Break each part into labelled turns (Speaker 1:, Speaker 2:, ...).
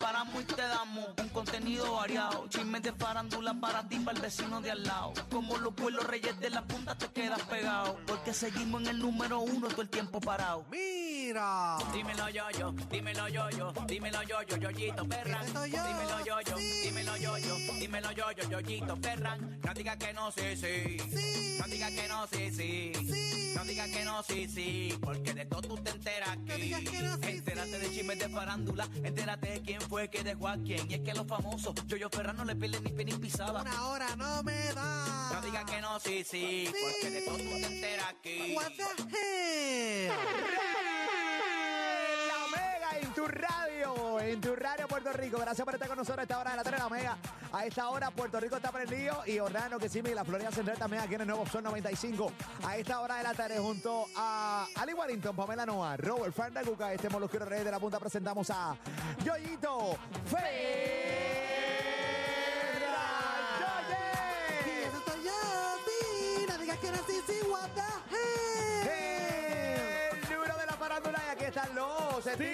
Speaker 1: Paramos y te damos un contenido variado. Chismes de farándula para ti, para el vecino de al lado. Como los pueblos reyes de la punta te quedas pegado. Porque seguimos en el número uno todo el tiempo parado.
Speaker 2: Mira.
Speaker 1: Dímelo yo, yo, dímelo yo, yo, dímelo yo, yo, yoyito, perran.
Speaker 2: Dímelo yo.
Speaker 1: Dímelo yo, yo,
Speaker 2: Sí.
Speaker 1: dímelo yo, yo, dímelo yo, yo, yoyito, perran. No digas que no, sí, sí.
Speaker 2: Sí.
Speaker 1: No digas que no, sí, sí. No digas que no, sí, sí. Porque de todo tú te enteras aquí.
Speaker 2: digas que no, sí,
Speaker 1: Entérate de chismes de farándula. Entérate de quién fue que dejó a quién. Y es que los famosos, yo, yo, Ferran no le pierden ni pie ni pisada.
Speaker 2: Una hora no me da.
Speaker 1: No digas que no, sí, sí. Porque de todo tú te enteras aquí.
Speaker 2: What the hell?
Speaker 3: La Mega en tu radio, en tu radio Puerto Rico. Gracias por estar con nosotros a esta hora de la tarde, la Mega. A esta hora Puerto Rico está prendido y Orlando, Kissimmee y la Florida Central también aquí en el Nuevo Sol 95. A esta hora de la tarde junto a Ali Warrington, Pamela Noa, Robert Fandaguca, este molusquero rey de la punta presentamos a Yoyito
Speaker 2: Y
Speaker 3: Fernández.
Speaker 2: eso soy yo, sí. No digas que no, sí, sí. What the hell?
Speaker 3: El número de la parándula y aquí están los titulares.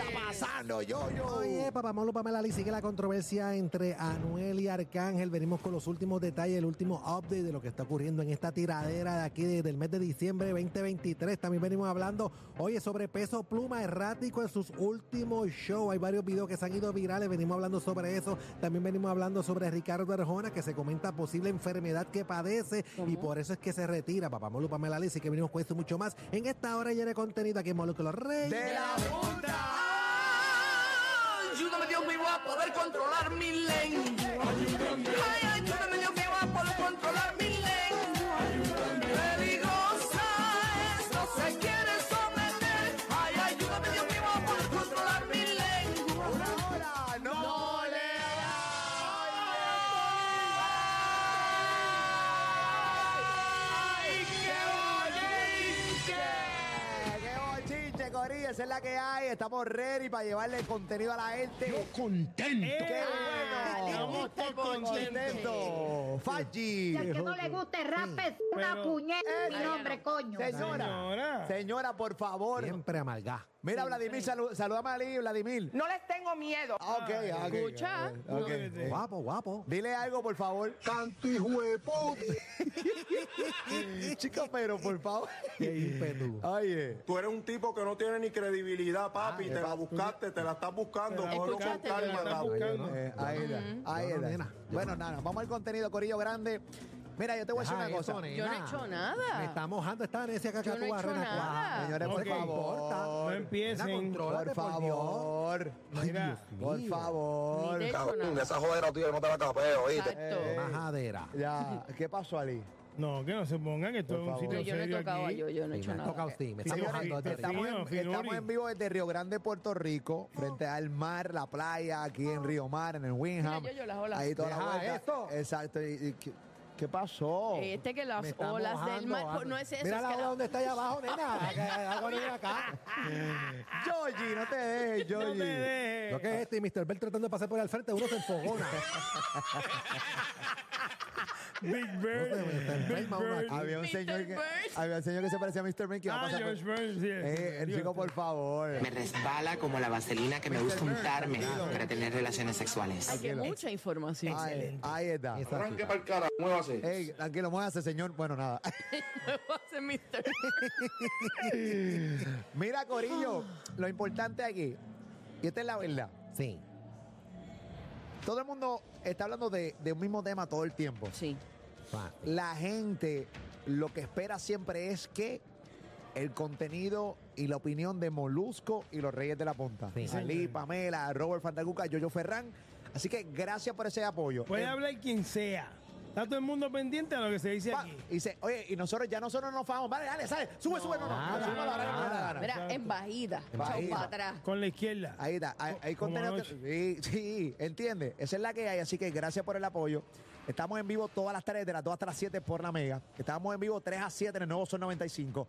Speaker 3: Está pasando, yo, yo.
Speaker 2: Oye, papá Molo, Pamela Lee, sigue la controversia entre Anuel y Arcángel. Venimos con los últimos detalles, el último update de lo que está ocurriendo en esta tiradera de aquí desde el eh, mes de diciembre de 2023. También venimos hablando, oye, sobre peso pluma errático en sus últimos shows. Hay varios videos que se han ido virales, venimos hablando sobre eso. También venimos hablando sobre Ricardo Arjona, que se comenta posible enfermedad que padece y por eso es que se retira. Papá Molo, Pamela Lee, así que venimos con esto y mucho más. En esta hora llena de contenido aquí en Molo que los Reyes.
Speaker 3: de la punta.
Speaker 1: Ayúdame Dios mío a poder controlar mi lengua. Ay, ayúdame Dios mío a poder controlar mi lengua. Peligrosa es, no se quiere someter. Ay, ayúdame Dios mío a poder controlar mi lengua.
Speaker 3: Ahora no le
Speaker 1: Ay,
Speaker 3: da. ¡Qué bochinche, Corillo! Esa es la que hay. Estamos ready para llevarle contenido a la gente.
Speaker 4: contento.
Speaker 3: ¡Qué bueno!
Speaker 4: Estamos todos
Speaker 3: contentos.
Speaker 4: contentos.
Speaker 3: Falli.
Speaker 5: Si al que no le guste rap es una puñeta mi nombre, coño.
Speaker 3: Señora,
Speaker 4: Señora.
Speaker 3: señora, por favor.
Speaker 2: Siempre amargá.
Speaker 3: Mira, Vladimir, salu- saludame a Ali, Vladimir.
Speaker 6: No les tengo miedo.
Speaker 3: Ah, ok, ah, ok.
Speaker 6: Escucha.
Speaker 3: ok. Ah,
Speaker 2: Guapo, guapo.
Speaker 3: Dile algo, por favor.
Speaker 4: Tanto hijo de puta.
Speaker 3: Chicos, pero por favor. eh,
Speaker 2: Qué ímpetu.
Speaker 3: Oye.
Speaker 7: Tú eres un tipo que no tiene ni credibilidad, papi. te la buscaste, te la estás buscando. Cógelo con
Speaker 6: buscaste, te la
Speaker 7: calma,
Speaker 6: estás
Speaker 7: cabrón.
Speaker 3: Eh, ahí era, ahí
Speaker 2: Yo no,
Speaker 3: era.
Speaker 2: nena, yo
Speaker 3: Bueno, nada, vamos al contenido, Corillo Grande. Mira, yo te voy a decir
Speaker 2: Deja
Speaker 3: una
Speaker 2: eso,
Speaker 3: cosa.
Speaker 2: nena.
Speaker 6: Yo no he hecho nada.
Speaker 2: Me está mojando esta necia
Speaker 6: Yo no he
Speaker 2: cacatúa.
Speaker 6: hecho
Speaker 2: Renato.
Speaker 6: nada.
Speaker 2: Ah,
Speaker 3: Señores, por
Speaker 4: Ok.
Speaker 3: favor.
Speaker 4: No
Speaker 2: Nena,
Speaker 4: empiecen.
Speaker 2: contrólate,
Speaker 3: Por favor.
Speaker 4: Mira,
Speaker 3: Por favor.
Speaker 6: Ni de hecho nada.
Speaker 7: esa jodera tuya no te la capeo,
Speaker 6: Exacto.
Speaker 2: Majadera.
Speaker 3: Ya, ¿qué pasó, Ali?
Speaker 4: No, que no se pongan, que esto
Speaker 3: Por
Speaker 4: es un
Speaker 3: favor.
Speaker 4: sitio
Speaker 6: Yo no he
Speaker 4: serio
Speaker 6: tocado a
Speaker 4: aquí.
Speaker 6: yo, yo no he
Speaker 2: Sí, me
Speaker 6: hecho
Speaker 2: han
Speaker 6: nada.
Speaker 2: tocado a ti. Me está
Speaker 3: Señores,
Speaker 2: mojando desde
Speaker 3: estamos,
Speaker 2: ahorita.
Speaker 4: Fino,
Speaker 3: en,
Speaker 4: finuri.
Speaker 3: estamos en vivo desde Río Grande, Puerto Rico, frente al mar, la playa, aquí en Río Mar, en el Windham.
Speaker 6: Mira, yo, yo, las olas.
Speaker 3: Ahí toda la
Speaker 2: Deja
Speaker 3: vuelta.
Speaker 2: esto.
Speaker 3: Exacto. ¿Y, y qué, qué pasó?
Speaker 6: Este que las
Speaker 2: Me está
Speaker 6: olas del
Speaker 2: mojando,
Speaker 6: mar.
Speaker 2: Ale.
Speaker 6: No es eso.
Speaker 2: Mira
Speaker 6: es
Speaker 2: la
Speaker 6: que
Speaker 2: ola
Speaker 6: la-
Speaker 2: donde está allá abajo, nena. Que Algo viene acá.
Speaker 3: Georgie, no te dejes,
Speaker 4: No te
Speaker 3: Georgie.
Speaker 4: dejes.
Speaker 2: Lo que es este y Mr. Bell tratando de pasar por el frente, uno se enfogona.
Speaker 4: Big Bird.
Speaker 2: No te dejes, te
Speaker 4: Big
Speaker 2: enferma una
Speaker 4: Bird.
Speaker 2: cara.
Speaker 3: Había un,
Speaker 6: Mr.
Speaker 3: señor que,
Speaker 6: Burns.
Speaker 3: había un señor que se parecía a Mr. Bean que iba a
Speaker 4: Ah,
Speaker 3: pasar por-
Speaker 4: George Burns, sí,
Speaker 3: Eh,
Speaker 4: sí,
Speaker 3: el
Speaker 4: sí.
Speaker 3: chico, por favor.
Speaker 8: Me resbala como la vaselina que me gusta untarme para tener relaciones
Speaker 6: Hay
Speaker 8: sexuales.
Speaker 6: que mucha información.
Speaker 3: Ahí, ahí está.
Speaker 2: Exacto.
Speaker 7: para el cara, muévase.
Speaker 3: Ey, tranquilo, muévase, señor. Bueno, nada.
Speaker 6: Ese mister.
Speaker 3: Mira, Corillo, lo importante aquí, y esta es la verdad,
Speaker 2: Sí.
Speaker 3: todo el mundo está hablando de, de un mismo tema todo el tiempo.
Speaker 6: Sí.
Speaker 3: la gente lo que espera siempre es que el contenido y la opinión de Molusco y los Reyes de la Punta.
Speaker 4: Sí, señor.
Speaker 3: Ali, Pamela, Robert Fantacuca, Yoyo Ferran. Así que gracias por ese apoyo.
Speaker 4: Puede
Speaker 3: Eh,
Speaker 4: hablar quien sea. Está todo el mundo pendiente a lo que se dice
Speaker 3: pa-
Speaker 4: aquí.
Speaker 3: y dice, oye, y nosotros ya nosotros no nos vamos. Vale, dale, sale, sube, sube, no, no,
Speaker 4: Nada,
Speaker 3: no, no, no, no, no, no, no, no, no, no.
Speaker 5: Mira, en bajida. Chau
Speaker 3: bajida.
Speaker 5: para atrás.
Speaker 4: Con la izquierda.
Speaker 3: Ahí está, hay, hay
Speaker 4: Como
Speaker 3: contenido que- Sí, sí, entiende. Esa es la que hay, así que gracias por el apoyo. Estamos en vivo todas las 3, de las 2 hasta las 7 por la Mega. Estamos en vivo 3 a 7 en el nuevo Sol 95.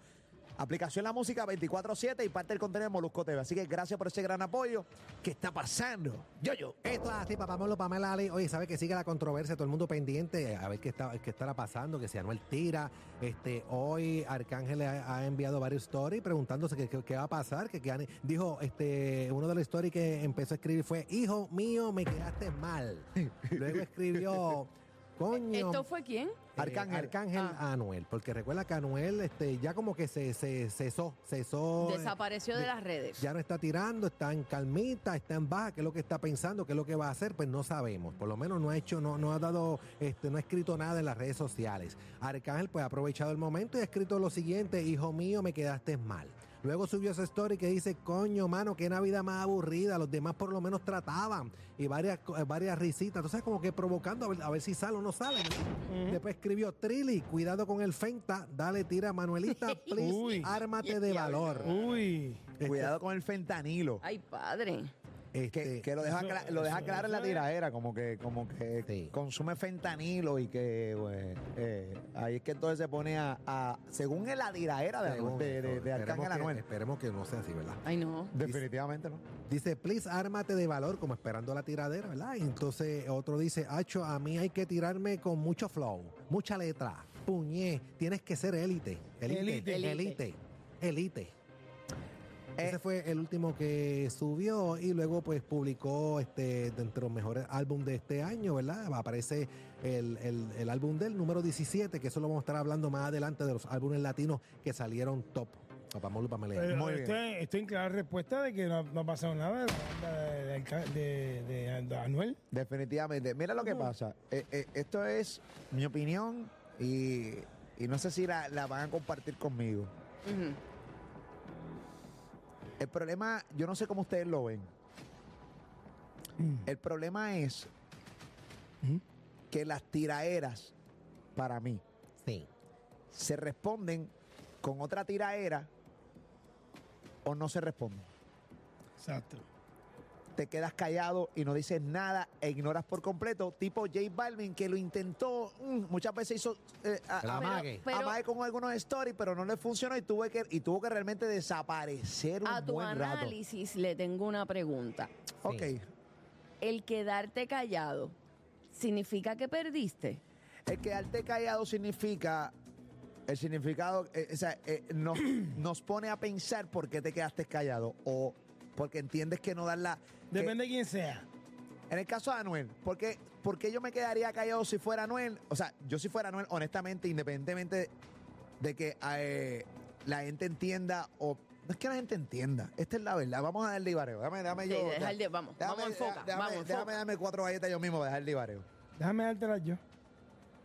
Speaker 3: Aplicación La Música 24-7 y parte del contenido de Molusco TV. Así que gracias por ese gran apoyo que está pasando. Yo, yo.
Speaker 2: Esto es así, papá Molo, Pamela Ali. Oye, sabe que sigue la controversia, todo el mundo pendiente a ver qué, está, qué estará pasando, que si Anuel tira. Este, hoy Arcángel ha, ha enviado varios stories preguntándose qué, qué- qué va a pasar. Que, que Ani- dijo, este, uno de los stories que empezó a escribir fue, hijo mío, me quedaste mal. Luego escribió, coño.
Speaker 5: ¿Esto fue Ah. quién?
Speaker 2: Eh,
Speaker 3: Arcángel.
Speaker 2: Arcángel a Anuel, porque recuerda que Anuel este, ya como que se, se cesó, cesó. eh,
Speaker 5: Desapareció de
Speaker 2: de-
Speaker 5: las redes.
Speaker 2: ya no está tirando, está en calmita, está en baja, qué es lo que está pensando, qué es lo que va a hacer, pues no sabemos. Por lo menos no ha hecho, no, no ha dado, este, no ha escrito nada en las redes sociales. Arcángel pues ha aprovechado el momento y ha escrito lo siguiente, hijo mío, me quedaste mal. Luego subió esa story que dice, coño, mano, qué Navidad más aburrida, los demás por lo menos trataban y varias, co- eh, varias risitas, entonces como que provocando a ver, a ver si sale o no sale. Después escribió, Trilly, cuidado con el Fenta, dale tira, Manuelita, please,
Speaker 4: Uy.
Speaker 2: ármate de valor.
Speaker 4: Uy.
Speaker 2: Este,
Speaker 3: Cuidado con el fentanilo.
Speaker 5: Ay, padre.
Speaker 2: este,
Speaker 3: Que, que lo deja,
Speaker 4: Eso-
Speaker 3: cla- lo deja
Speaker 4: eso-
Speaker 3: claro en
Speaker 4: eso
Speaker 3: la
Speaker 4: es-
Speaker 3: tiradera, como que, como que
Speaker 2: Sí.
Speaker 3: consume fentanilo y que pues, eh, ahí es que entonces se pone a, a- según en la tiradera de,
Speaker 2: Según
Speaker 3: de, de,
Speaker 2: esto,
Speaker 3: de Arcángel
Speaker 2: esperemos que-
Speaker 3: Anuel.
Speaker 2: Esperemos que no sea así, ¿verdad?
Speaker 5: Ay, no.
Speaker 3: Definitivamente no.
Speaker 2: Dice, please, ármate de valor, como esperando la tiradera, ¿verdad? Y entonces otro dice, Acho, a mí hay que tirarme con mucho flow, mucha letra, puñé, tienes que ser élite. Élite,
Speaker 4: Élite.
Speaker 2: élite, élite.
Speaker 3: Eh,
Speaker 2: Ese fue el último que subió y luego pues publicó este dentro de los mejores álbumes de este año, ¿verdad? Aparece el, el- el álbum del número 17, que eso lo vamos a estar hablando más adelante de los álbumes latinos que salieron top. Papá Molo, Pamela.
Speaker 4: Pero este
Speaker 3: Muy
Speaker 4: estoy, estoy en clara respuesta de que no, no ha pasado nada de, la banda de, de- de- de Anuel.
Speaker 3: Definitivamente. Mira lo que pasa. Eh, eh, esto es mi opinión y, y no sé si la, la van a compartir conmigo.
Speaker 5: Ujú.
Speaker 3: El problema, yo no sé cómo ustedes lo ven. El problema es que las tiraeras, para mí,
Speaker 2: Sí.
Speaker 3: se responden con otra tiraera o no se responden.
Speaker 4: Exacto.
Speaker 3: Te quedas callado y no dices nada e ignoras por completo, tipo J Balvin que lo intentó, mm, muchas veces hizo eh, a-
Speaker 2: El
Speaker 3: a-
Speaker 2: amague.
Speaker 5: Pero-
Speaker 3: amague con algunos stories, pero no le funcionó y tuve que y tuvo que realmente desaparecer un
Speaker 5: A tu
Speaker 3: buen
Speaker 5: análisis le tengo una pregunta.
Speaker 3: rato. Ok.
Speaker 5: El quedarte callado significa que perdiste.
Speaker 3: El quedarte callado significa. El significado. eh, o sea, eh, nos, nos pone a pensar por qué te quedaste callado. O porque entiendes que no das la. que-
Speaker 4: Depende de quién sea.
Speaker 3: en el caso de Anuel, ¿por qué, por qué yo me quedaría callado si fuera Anuel? O sea, yo si fuera Anuel, honestamente, independientemente de que eh, la gente entienda o. No es que la gente entienda. Esta es la verdad. Vamos a darle divareo. Dame, dame
Speaker 5: Sí,
Speaker 3: yo.
Speaker 5: dejar de- vamos, vamos en foca,
Speaker 3: Déjame,
Speaker 5: vamos en
Speaker 3: déjame
Speaker 5: foca.
Speaker 3: darme cuatro galletas yo mismo, dejar el divareo.
Speaker 4: Déjame dártela yo.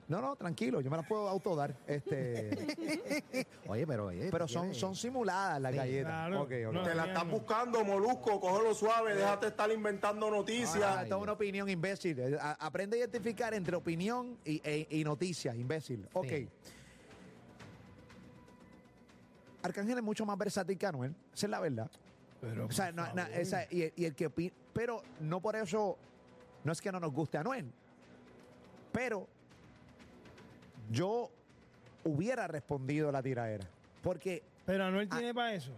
Speaker 3: No, no, tranquilo, yo me las puedo autodar. Este,
Speaker 2: Oye, pero oye,
Speaker 3: pero
Speaker 2: tú
Speaker 3: son,
Speaker 2: tienes-
Speaker 3: son simuladas las
Speaker 2: Sí,
Speaker 3: galletas.
Speaker 4: claro.
Speaker 3: Ok, ok.
Speaker 4: No,
Speaker 7: Te la
Speaker 4: Mariano.
Speaker 7: estás buscando, Molusco, cógelo suave,
Speaker 4: Eh.
Speaker 7: déjate estar inventando
Speaker 3: Ah,
Speaker 7: noticias.
Speaker 3: esto es una opinión imbécil. Eh, A- aprende a identificar entre opinión y, e- y noticias, imbécil. Ok.
Speaker 2: Sí.
Speaker 3: Arcángel es mucho más versátil que Anuel, esa es la verdad.
Speaker 4: Pero,
Speaker 3: O sea,
Speaker 4: por
Speaker 3: no- no,
Speaker 4: favor.
Speaker 3: esa- y, el- y el que opi- Pero no por eso. No es que no nos guste Anuel. Pero yo hubiera respondido la tiraera. Porque
Speaker 4: Pero Anuel
Speaker 3: Ah.
Speaker 4: tiene para eso.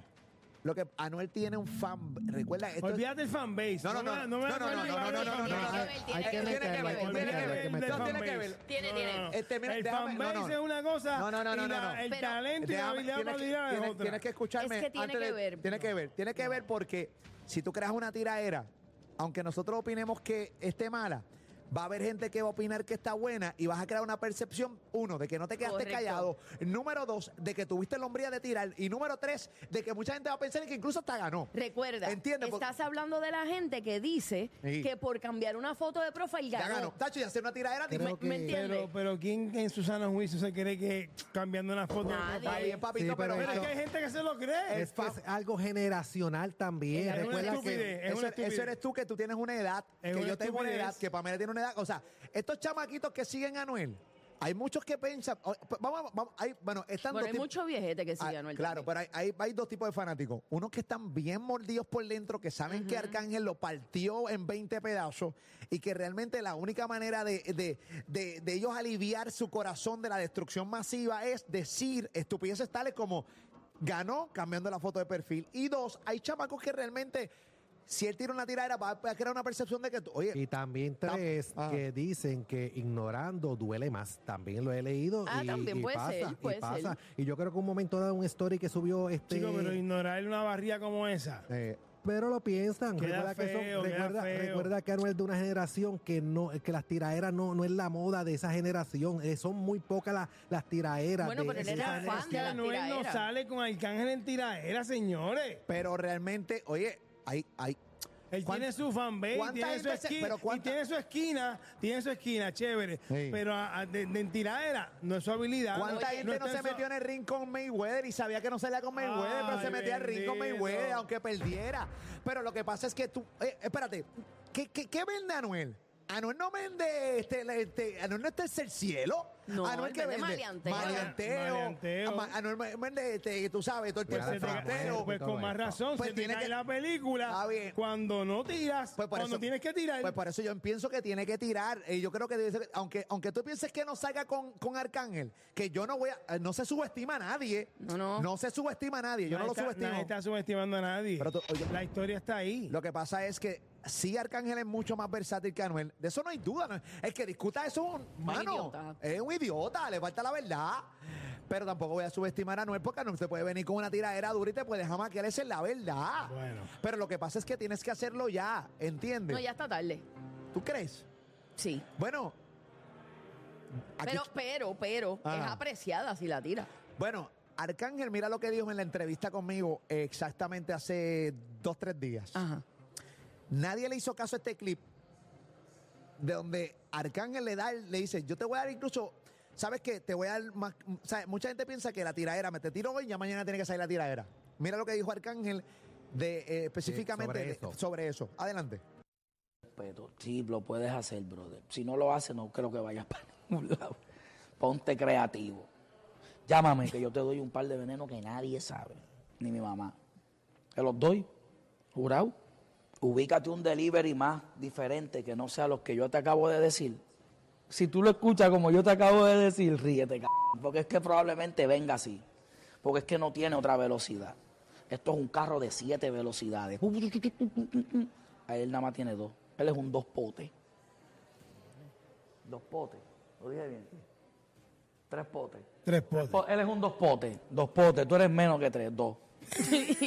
Speaker 3: Lo que Anuel tiene un fan. Recuerda esto. es-
Speaker 4: Olvídate el fanbase.
Speaker 3: No, no, no,
Speaker 4: me-
Speaker 3: no,
Speaker 4: me
Speaker 3: no,
Speaker 4: acuerdo
Speaker 3: no,
Speaker 4: el
Speaker 3: no, no, no, no,
Speaker 4: fanbase.
Speaker 3: no, no, no.
Speaker 5: Hay que
Speaker 3: tiene que
Speaker 5: meterle,
Speaker 3: ver,
Speaker 5: hay que
Speaker 3: tiene que
Speaker 5: meterle,
Speaker 3: ver,
Speaker 4: hay que
Speaker 3: no, tiene que
Speaker 4: meterle.
Speaker 3: ver.
Speaker 5: Tiene, tiene.
Speaker 3: Este, mira,
Speaker 4: el
Speaker 3: déjame- no,
Speaker 4: fanbase
Speaker 3: no,
Speaker 4: es una cosa.
Speaker 3: No, no, no,
Speaker 4: y
Speaker 3: no,
Speaker 4: la-
Speaker 3: no, no.
Speaker 4: El
Speaker 5: Pero-
Speaker 4: talento y la
Speaker 3: Déjame-
Speaker 4: habilidad para
Speaker 3: tienes,
Speaker 4: tirar
Speaker 3: que,
Speaker 4: es
Speaker 3: tienes-
Speaker 4: otra.
Speaker 3: tienes que escucharme.
Speaker 5: Es que tiene
Speaker 3: antes
Speaker 5: que
Speaker 3: de-
Speaker 5: ver.
Speaker 3: Tiene que ver, tiene que ver porque si tú creas una tiraera, aunque nosotros opinemos que esté mala, va a haber gente que va a opinar que está buena y vas a crear una percepción, uno, de que no te quedaste
Speaker 5: Correcto.
Speaker 3: callado, número dos, de que tuviste la hombría de tirar y número tres, de que mucha gente va a pensar que incluso hasta ganó.
Speaker 5: Recuerda,
Speaker 3: Entiende, porque-
Speaker 5: estás hablando de la gente que dice
Speaker 3: Sí.
Speaker 5: que por cambiar una foto de profile
Speaker 3: Ya
Speaker 5: ganó.
Speaker 3: ganó. Tacho, y hacer una tiradera
Speaker 5: Creo
Speaker 3: difícil.
Speaker 5: que- ¿Me entiendes?
Speaker 4: Pero, pero ¿quién en su sano juicio se cree que cambiando una foto...
Speaker 5: Nadie.
Speaker 3: Está bien, papito,
Speaker 2: Sí, pero
Speaker 3: pero, Este-
Speaker 4: Pero es
Speaker 2: esto-
Speaker 4: que hay gente que se lo cree.
Speaker 2: Es que es algo generacional también.
Speaker 4: Es una
Speaker 2: Recuerda que
Speaker 4: estupidez. Es
Speaker 3: eso,
Speaker 4: una
Speaker 3: eso
Speaker 4: estupidez.
Speaker 3: eres tú que tú tienes una edad,
Speaker 4: Es
Speaker 3: que
Speaker 4: una
Speaker 3: yo tengo una edad,
Speaker 4: estupidez.
Speaker 3: que Pamela tiene una edad. O sea, estos chamaquitos que siguen a Noel, hay muchos que piensan. o- p- Vamos, vamos, hay, bueno, están
Speaker 5: Bueno,
Speaker 3: dos
Speaker 5: hay
Speaker 3: tip-
Speaker 5: mucho viejete que sí
Speaker 3: Ah,
Speaker 5: ganó el
Speaker 3: Claro,
Speaker 5: también.
Speaker 3: pero hay, hay- hay dos tipos de fanáticos. Unos que están bien mordidos por dentro, que saben que Arcángel lo partió en 20 pedazos y que realmente la única manera de, de- de- de ellos aliviar su corazón de la destrucción masiva es decir estupideces tales como ganó cambiando la foto de perfil. Y dos, hay chamacos que realmente, si él tira una tiradera, va a crear una percepción de que, tú- oye,
Speaker 2: Y también tres
Speaker 3: Ah.
Speaker 2: que dicen que ignorando duele más. También lo he leído.
Speaker 5: Ah,
Speaker 2: y,
Speaker 5: también
Speaker 2: y
Speaker 5: puede
Speaker 2: pasa,
Speaker 5: ser, puede
Speaker 2: y pasa.
Speaker 5: ser.
Speaker 2: Y yo creo que un momento dado un story que subió este.
Speaker 4: Chico, pero ignorar una barría como esa.
Speaker 2: eh, pero lo piensan.
Speaker 4: Queda
Speaker 2: Recuerda que, son-
Speaker 4: feo, queda
Speaker 2: recuerda,
Speaker 4: feo.
Speaker 2: recuerda que Anuel de una generación que no, que las tiraderas no, no es la moda de esa generación. Eh, son muy pocas las, las tiraderas.
Speaker 5: Bueno,
Speaker 2: de-
Speaker 5: pero él
Speaker 2: de
Speaker 5: era
Speaker 2: esa
Speaker 5: fan de
Speaker 2: generación.
Speaker 4: Que
Speaker 5: las
Speaker 4: Anuel no
Speaker 5: tiraderas.
Speaker 4: sale con Arcángel en tiraera, señores.
Speaker 3: pero realmente, oye, hay, hay,
Speaker 4: Él
Speaker 3: ¿Cuán-
Speaker 4: tiene su fanbase,
Speaker 3: cuánta
Speaker 4: tiene su
Speaker 3: gente se-
Speaker 4: esquina,
Speaker 3: pero
Speaker 4: y
Speaker 3: cuánta-
Speaker 4: tiene su esquina, tiene su esquina, chévere.
Speaker 3: Sí.
Speaker 4: Pero a- a- de, de en tiradera, no es su habilidad.
Speaker 3: ¿Cuánta
Speaker 4: no-
Speaker 3: gente no,
Speaker 4: está
Speaker 3: se
Speaker 4: su-
Speaker 3: metió en el ring con Mayweather y sabía que no salía con Mayweather, pero se
Speaker 4: Ay,
Speaker 3: metía al ring con
Speaker 4: bendito.
Speaker 3: Mayweather, aunque perdiera? Pero lo que pasa es que tú. eh, espérate, ¿qué, qué, qué vende Anuel? Anuel no vende. Este, la- este- Anuel no está en el cielo.
Speaker 5: No,
Speaker 3: Anuel
Speaker 5: él vende maleanteo.
Speaker 3: Maleanteo. Ah,
Speaker 4: Maleanteo.
Speaker 3: Ma- Anuel me- vende, este, tú sabes, todo el
Speaker 2: Pues
Speaker 3: tiempo
Speaker 4: Se te-
Speaker 2: Rafa,
Speaker 3: frontero.
Speaker 2: bueno,
Speaker 4: pues
Speaker 2: todo
Speaker 4: con más
Speaker 2: esto.
Speaker 4: razón,
Speaker 3: Pues
Speaker 4: se te
Speaker 3: tiene
Speaker 4: cae
Speaker 3: que-
Speaker 4: la
Speaker 3: Está
Speaker 4: película.
Speaker 3: bien.
Speaker 4: Cuando no tiras,
Speaker 3: Pues por
Speaker 4: cuando
Speaker 3: eso-
Speaker 4: tienes que tirar.
Speaker 3: Pues por eso yo pienso que tiene que tirar. Eh, yo creo que debe ser- aunque, aunque tú pienses que no salga con, con Arcángel, que yo no voy a. eh, No se subestima a nadie.
Speaker 5: No, no.
Speaker 3: se subestima a nadie. Yo no,
Speaker 4: Nadie
Speaker 3: lo
Speaker 4: está-
Speaker 3: subestimo.
Speaker 4: Nadie está subestimando a nadie.
Speaker 3: Pero tú- oye,
Speaker 4: la historia está ahí.
Speaker 3: Lo que pasa es que sí, Arcángel es mucho más versátil que Anuel. De eso no hay duda. ¿no? El que discuta eso es un mano.
Speaker 5: idiota.
Speaker 3: Es un idiota, le falta la verdad. Pero tampoco voy a subestimar a Anuel porque Anuel te puede venir con una tiradera dura y te puede jamás que es la verdad.
Speaker 4: Bueno.
Speaker 3: Pero lo que pasa es que tienes que hacerlo ya, ¿entiendes?
Speaker 5: No, ya está tarde.
Speaker 3: ¿Tú crees?
Speaker 5: Sí.
Speaker 3: Bueno. aquí- Ah.
Speaker 5: Pero, pero, pero, es
Speaker 3: Ajá.
Speaker 5: apreciada si la tira.
Speaker 3: bueno, Arcángel, mira lo que dijo en la entrevista conmigo eh, exactamente hace dos, tres días.
Speaker 5: Ajá.
Speaker 3: Nadie le hizo caso a este clip de donde Arcángel le da, el- le dice, yo te voy a dar incluso, ¿sabes qué? Te voy a dar más, o sea, mucha gente piensa que la tiradera, me te tiro hoy, ya mañana tiene que salir la tiradera. Mira lo que dijo Arcángel de, eh, específicamente
Speaker 2: sobre
Speaker 3: de-
Speaker 2: eso.
Speaker 3: sobre eso. Adelante.
Speaker 1: respeto. Pues Sí, lo puedes hacer, brother. Si no lo haces, no creo que vayas para ningún lado. Ponte creativo. Llámame, que yo te doy un par de veneno que nadie sabe, ni mi mamá. Te los doy, jurado. Ubícate un delivery más diferente que no sea los que yo te acabo de decir. Si tú lo escuchas como yo te acabo de decir, ríete, c******, porque es que probablemente venga así. Porque es que no tiene otra velocidad. Esto es un carro de siete velocidades. Uh, A él nada más tiene dos. Él es un dos potes. Dos potes. Lo dije bien. Tres potes.
Speaker 4: Tres potes.
Speaker 1: Po- Él es un dos potes. Dos potes. Tú eres menos que tres. Dos.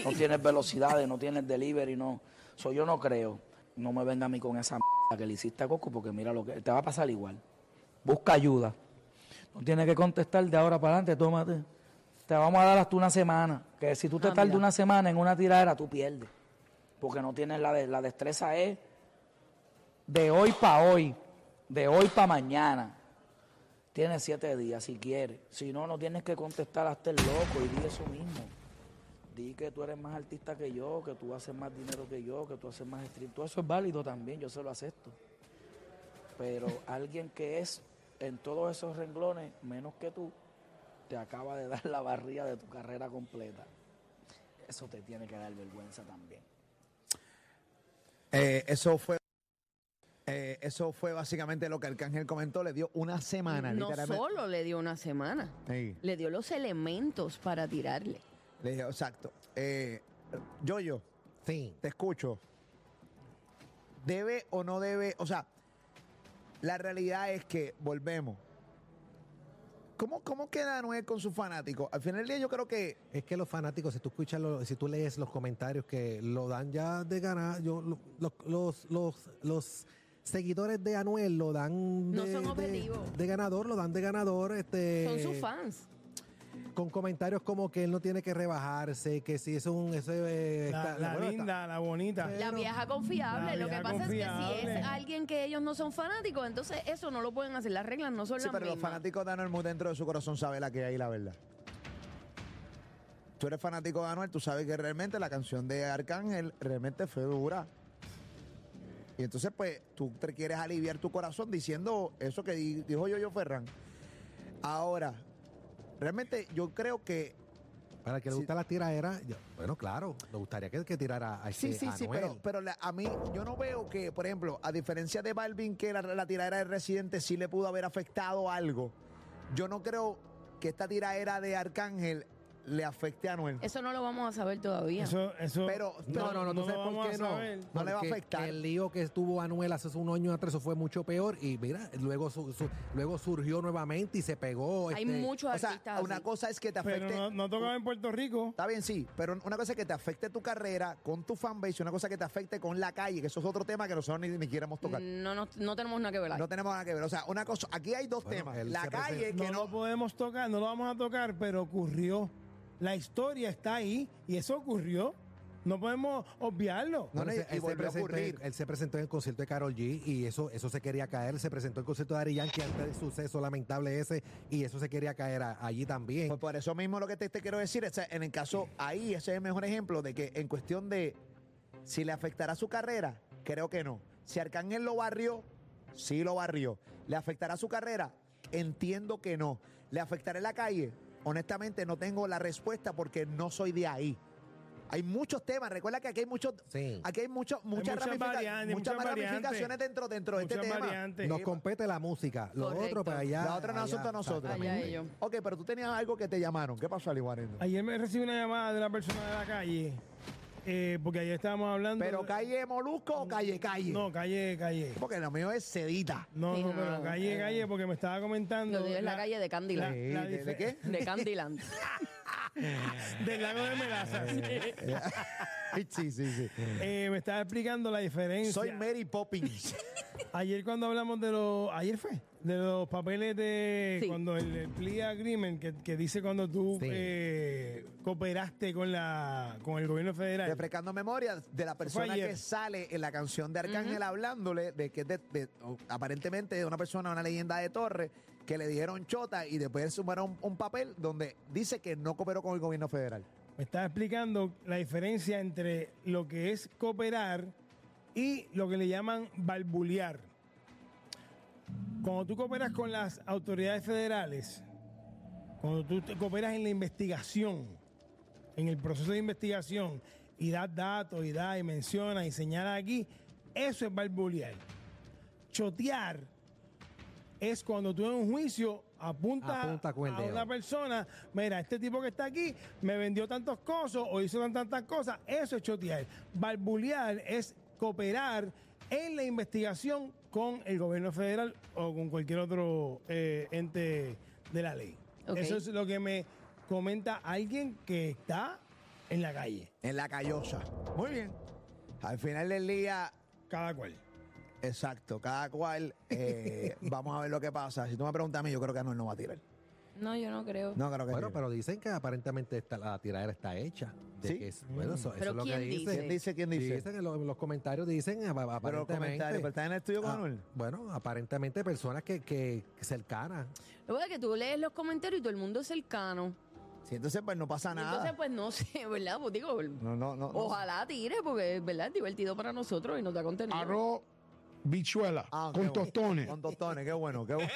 Speaker 1: No tienes velocidades, no tienes delivery, no. So, yo no creo. No me venga a mí con esa mierda que le hiciste a Coco porque mira lo que te va a pasar igual. Busca ayuda. No tienes que contestar de ahora para adelante, tómate. Te vamos a dar hasta una semana. Que si tú te
Speaker 5: Ah,
Speaker 1: tardas
Speaker 5: mira.
Speaker 1: una semana en una tiradera, tú pierdes. Porque no tienes la, de- la destreza es de hoy para hoy, de hoy para mañana. Tienes siete días si quieres. Si no, no tienes que contestar hasta el loco y di eso mismo. Di que tú eres más artista que yo, que tú haces más dinero que yo, que tú haces más stream. Todo eso es válido también, yo se lo acepto. Pero alguien que es en todos esos renglones, menos que tú, te acaba de dar la barriga de tu carrera completa. Eso te tiene que dar vergüenza también.
Speaker 3: Eh, eso fue. eh, eso fue básicamente lo que Arcángel comentó. Le dio una semana,
Speaker 5: no
Speaker 3: literalmente.
Speaker 5: solo le dio una semana,
Speaker 3: Sí.
Speaker 5: le dio los elementos para tirarle.
Speaker 3: Le dije, exacto. Eh, Yoyo,
Speaker 2: Sí.
Speaker 3: te escucho. ¿Debe o no debe? O sea, la realidad es que volvemos. ¿Cómo, cómo queda Anuel con sus fanáticos? Al final del día yo creo que
Speaker 2: Es que los fanáticos, si tú escuchas, lo- si tú lees los comentarios que lo dan ya de ganar, yo, lo- lo- los, los, los seguidores de Anuel lo dan de,
Speaker 5: No son
Speaker 2: de-
Speaker 5: objetivos.
Speaker 2: de ganador, lo dan de ganador. Este,
Speaker 3: Eh,
Speaker 5: Son sus fans.
Speaker 2: Con comentarios como que él no tiene que rebajarse, que si es un... Eso, eh,
Speaker 4: La,
Speaker 2: está-
Speaker 4: la
Speaker 2: bueno, está-
Speaker 4: linda, la bonita.
Speaker 5: La vieja confiable.
Speaker 4: La
Speaker 5: lo
Speaker 4: vieja
Speaker 5: que pasa es que si
Speaker 4: confiable.
Speaker 5: es alguien que ellos no son fanáticos, entonces eso no lo pueden hacer. Las reglas no son
Speaker 3: Sí,
Speaker 5: las
Speaker 3: pero los
Speaker 5: mismas.
Speaker 3: fanáticos de Anuel muy dentro de su corazón saben la que hay, la verdad. Tú eres fanático de Anuel, tú sabes que realmente la canción de Arcángel realmente fue dura. Y entonces, pues, tú te quieres aliviar tu corazón diciendo eso que di- dijo Yoyo Ferran. Ahora, realmente yo creo que
Speaker 2: Para el que le gusta la tiradera, yo- bueno, claro, me gustaría que, que tirara a
Speaker 3: Sí,
Speaker 2: este
Speaker 3: sí, sí,
Speaker 2: Anuel.
Speaker 3: pero, pero la- a mí yo no veo que, por ejemplo, a diferencia de Balvin, que la, la tiradera de Residente sí le pudo haber afectado algo, yo no creo que esta tiradera de Arcángel le afecte a Noel.
Speaker 5: Eso no lo vamos a saber todavía.
Speaker 4: Eso, eso.
Speaker 3: Pero,
Speaker 2: No, no, no, tú
Speaker 4: lo
Speaker 2: sabes
Speaker 4: vamos
Speaker 2: por
Speaker 4: a
Speaker 2: qué no.
Speaker 4: saber.
Speaker 3: No le va a
Speaker 2: Porque
Speaker 3: afectar.
Speaker 2: El lío que estuvo Anuel hace un año atrás eso fue mucho peor y mira, luego su- su- luego surgió nuevamente y se pegó.
Speaker 5: Hay
Speaker 2: este,
Speaker 5: muchos
Speaker 3: o sea,
Speaker 5: artistas.
Speaker 3: una
Speaker 5: así.
Speaker 3: cosa es que te
Speaker 4: Pero
Speaker 3: afecte.
Speaker 4: no, no tocaba en Puerto Rico.
Speaker 3: Está bien, sí, pero una cosa es que te afecte tu carrera con tu fanbase, una cosa que te afecte con la calle, que eso es otro tema que nosotros ni, ni queremos tocar.
Speaker 5: No, no, no tenemos nada que ver ahí.
Speaker 3: No tenemos nada que ver. O sea, una cosa, aquí hay dos
Speaker 2: Bueno,
Speaker 3: temas.
Speaker 2: él
Speaker 3: La
Speaker 2: se presentó-
Speaker 3: calle
Speaker 4: No
Speaker 3: que
Speaker 4: lo
Speaker 3: no.
Speaker 4: podemos tocar, no lo vamos a tocar, pero ocurrió. La historia está ahí y eso ocurrió. No podemos obviarlo.
Speaker 3: No,
Speaker 2: bueno,
Speaker 3: y-
Speaker 2: él se-
Speaker 3: y
Speaker 2: él, se
Speaker 3: volvió a
Speaker 2: presentó en,
Speaker 3: ocurrir.
Speaker 2: él se presentó en el concierto de Carol G y eso eso se quería caer. Se presentó en el concierto de Ari Yankee antes del suceso lamentable ese y eso se quería caer a- allí también.
Speaker 3: Pues por eso mismo lo que te, te quiero decir, o sea, en el caso ahí, ese es el mejor ejemplo de que en cuestión de si le afectará su carrera, creo que no. Si Arcángel lo barrió, sí lo barrió. ¿Le afectará su carrera? Entiendo que no. ¿Le afectará en la calle? Honestamente no tengo la respuesta porque no soy de ahí. Hay muchos temas, recuerda que aquí hay muchos,
Speaker 2: Sí.
Speaker 3: aquí hay mucho- muchas,
Speaker 4: muchas
Speaker 3: ramifica-
Speaker 4: variantes,
Speaker 3: muchas
Speaker 4: muchas variantes.
Speaker 3: ramificaciones dentro, dentro de este
Speaker 4: Muchas
Speaker 3: tema.
Speaker 4: variantes.
Speaker 2: Nos compete la música. Lo
Speaker 5: Correcto.
Speaker 2: otro para allá.
Speaker 3: La otra no
Speaker 2: allá,
Speaker 3: es asunto de nosotros.
Speaker 5: Allá
Speaker 2: exactamente.
Speaker 5: ellos.
Speaker 3: Ok, pero tú tenías algo que te llamaron. ¿Qué pasó, Alibarendo?
Speaker 4: Ayer me recibí una llamada de una persona de la calle, eh, porque ayer estábamos hablando.
Speaker 3: Pero
Speaker 4: de-
Speaker 3: calle Molusco o calle calle.
Speaker 4: No, calle, calle.
Speaker 3: Porque lo mío es sedita.
Speaker 4: No,
Speaker 5: Sí,
Speaker 4: no,
Speaker 5: no,
Speaker 4: pero calle,
Speaker 5: eh.
Speaker 4: calle, porque me estaba comentando.
Speaker 5: Lo tuyo es la calle de
Speaker 4: la-
Speaker 5: Candyland.
Speaker 4: la
Speaker 3: ¿De- de
Speaker 4: dife-
Speaker 3: qué?
Speaker 5: De Candyland.
Speaker 4: Del lago de Melaza.
Speaker 3: sí, sí, sí.
Speaker 4: Eh, me estaba explicando la diferencia.
Speaker 3: Soy Mary Poppins.
Speaker 4: Ayer cuando hablamos de los... Ayer fue. De los papeles de...
Speaker 5: Sí.
Speaker 4: Cuando el, el plea agreement que, que dice cuando tú
Speaker 2: Sí.
Speaker 4: eh, cooperaste con la con el gobierno federal.
Speaker 3: Refrescando memoria de la persona
Speaker 4: ayer.
Speaker 3: que sale en la canción de Arcángel hablándole de que es de, de- o, aparentemente de una persona, una leyenda de Torre, que le dijeron chota y después sumaron un, un papel donde dice que no cooperó con el gobierno federal.
Speaker 4: Me estaba explicando la diferencia entre lo que es cooperar y lo que le llaman barbulear. Cuando tú cooperas con las autoridades federales, cuando tú te cooperas en la investigación, en el proceso de investigación, y das datos, y das, y mencionas, y señalas aquí, eso es barbulear. Chotear es cuando tú en un juicio apuntas
Speaker 2: Apunta con el
Speaker 4: a
Speaker 2: dedo.
Speaker 4: una persona, mira, este tipo que está aquí me vendió tantos cosas o hizo tan- tantas cosas, eso es chotear. Barbulear es cooperar en la investigación con el gobierno federal o con cualquier otro eh, ente de la ley.
Speaker 5: Ok.
Speaker 4: Eso es lo que me comenta alguien que está en la calle,
Speaker 3: En la callosa. Muy bien. Al final del día,
Speaker 4: cada cual.
Speaker 3: exacto, cada cual, eh, vamos a ver lo que pasa. Si tú me preguntas a mí, yo creo que Anuel no va a tirar.
Speaker 5: No, yo no creo.
Speaker 3: No, creo que
Speaker 2: Bueno,
Speaker 3: sí.
Speaker 2: pero dicen que aparentemente esta, la tiradera está hecha. De
Speaker 3: Sí.
Speaker 2: que es- bueno, eso, eso
Speaker 5: Pero
Speaker 2: es lo que
Speaker 5: ¿quién
Speaker 2: dicen.
Speaker 3: ¿Quién dice? ¿Quién dice?
Speaker 2: Dicen que lo- los comentarios dicen ah, ah,
Speaker 3: Pero los
Speaker 2: aparentemente.
Speaker 3: comentarios, ¿pero está en el estudio con
Speaker 2: Ah,
Speaker 3: Anuel?
Speaker 2: Bueno, aparentemente personas que, que que cercanas.
Speaker 5: Lo que pasa es que tú lees los comentarios y todo el mundo es cercano.
Speaker 3: Sí, entonces pues no pasa
Speaker 5: Y
Speaker 3: nada.
Speaker 5: Entonces, pues no sé, ¿verdad? Pues digo,
Speaker 3: no, no, no. no.
Speaker 5: ojalá tire, porque ¿verdad? es divertido para nosotros y nos da contenido.
Speaker 9: Arroz, bichuela,
Speaker 3: Ah, qué
Speaker 9: con
Speaker 3: bueno.
Speaker 9: tostones.
Speaker 3: Con tostones, qué bueno, qué bueno.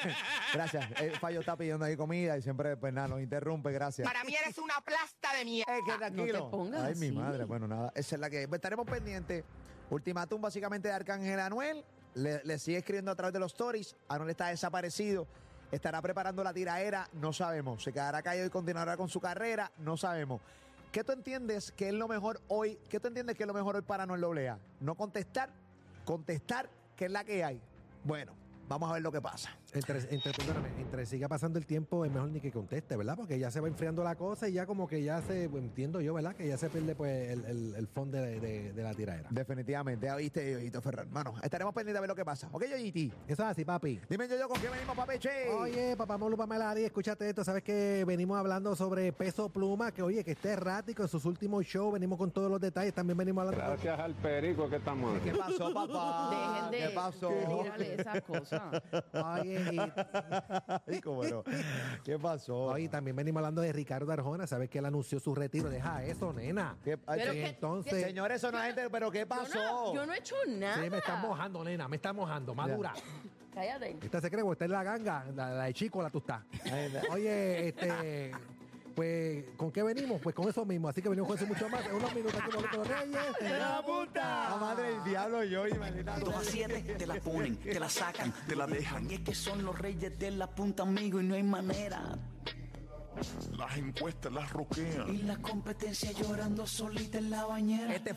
Speaker 3: Gracias. El fallo está pidiendo ahí comida y siempre pues nada, nos interrumpe, gracias.
Speaker 8: Para mí eres una plasta de mierda.
Speaker 3: Es que tranquilo.
Speaker 5: Ah, te pongas
Speaker 3: Ay, mi
Speaker 5: así.
Speaker 3: madre. Bueno, nada. Esa es la que hay. Pues, estaremos pendientes. Ultimátum básicamente de Arcángel Anuel. Le, le sigue escribiendo a través de los stories. Anuel está desaparecido. Estará preparando la tiraera. No sabemos. Se quedará callado y continuará con su carrera. No sabemos. ¿Qué tú entiendes que es lo mejor hoy? ¿Qué tú entiendes que es lo mejor hoy para Anuel Doblea? No contestar, contestar, que es la que hay. Bueno, vamos a ver lo que pasa.
Speaker 2: Entre, entre- perdóname, entre siga pasando el tiempo, es mejor ni que conteste, ¿verdad? Porque ya se va enfriando la cosa y ya como que ya se, pues, entiendo yo, ¿verdad? Que ya se pierde pues el, el, el fondo de, de- de la tiradera.
Speaker 3: Definitivamente, ya viste, Yoyito Ferrer. Hermano, estaremos pendientes a ver lo que pasa. ¿Ok, Yoyiti?
Speaker 2: Eso es así, papi.
Speaker 3: Dime, Yoyo, ¿con qué venimos, papi? Che.
Speaker 2: Oye, papá Molu, Pamela Ari, escúchate esto. Sabes que venimos hablando sobre peso pluma, que oye, que está errático en sus últimos shows. Venimos con todos los detalles. También venimos hablando.
Speaker 10: Gracias al perico que estamos aquí.
Speaker 3: ¿Qué pasó, papá?
Speaker 5: Dejen de-
Speaker 3: ¿Qué pasó?
Speaker 5: de tirarle esas cosas.
Speaker 2: Oye, y-
Speaker 3: Ay, cómo no. ¿Qué pasó?
Speaker 2: Oye, también venimos hablando de Ricardo Arjona. Sabes que él anunció su retiro. Deja eso, nena.
Speaker 3: ¿Qué- ay,
Speaker 5: Pero
Speaker 3: sí.
Speaker 5: que-
Speaker 2: entonces-
Speaker 3: señores, eso no es gente, pero ¿qué pasó?
Speaker 5: No, yo no he hecho nada.
Speaker 2: Sí, me están mojando, nena. Me están mojando. Madura.
Speaker 5: Cállate.
Speaker 2: Esta se cree, porque esta es la ganga, la, la de Chico, la tú estás. Oye, este. Pues, ¿con qué venimos? Pues con eso mismo. Así que venimos con eso y mucho más. En unos minutos aquí con los Reyes.
Speaker 3: La madre del diablo, yo, imagínate.
Speaker 11: Dos a siete te la ponen, te la sacan, te la dejan. Y es que son los reyes de la punta, amigo, y no hay manera.
Speaker 10: Las encuestas las
Speaker 11: Y
Speaker 10: roquean.
Speaker 11: la competencia llorando solita en la bañera.
Speaker 3: Este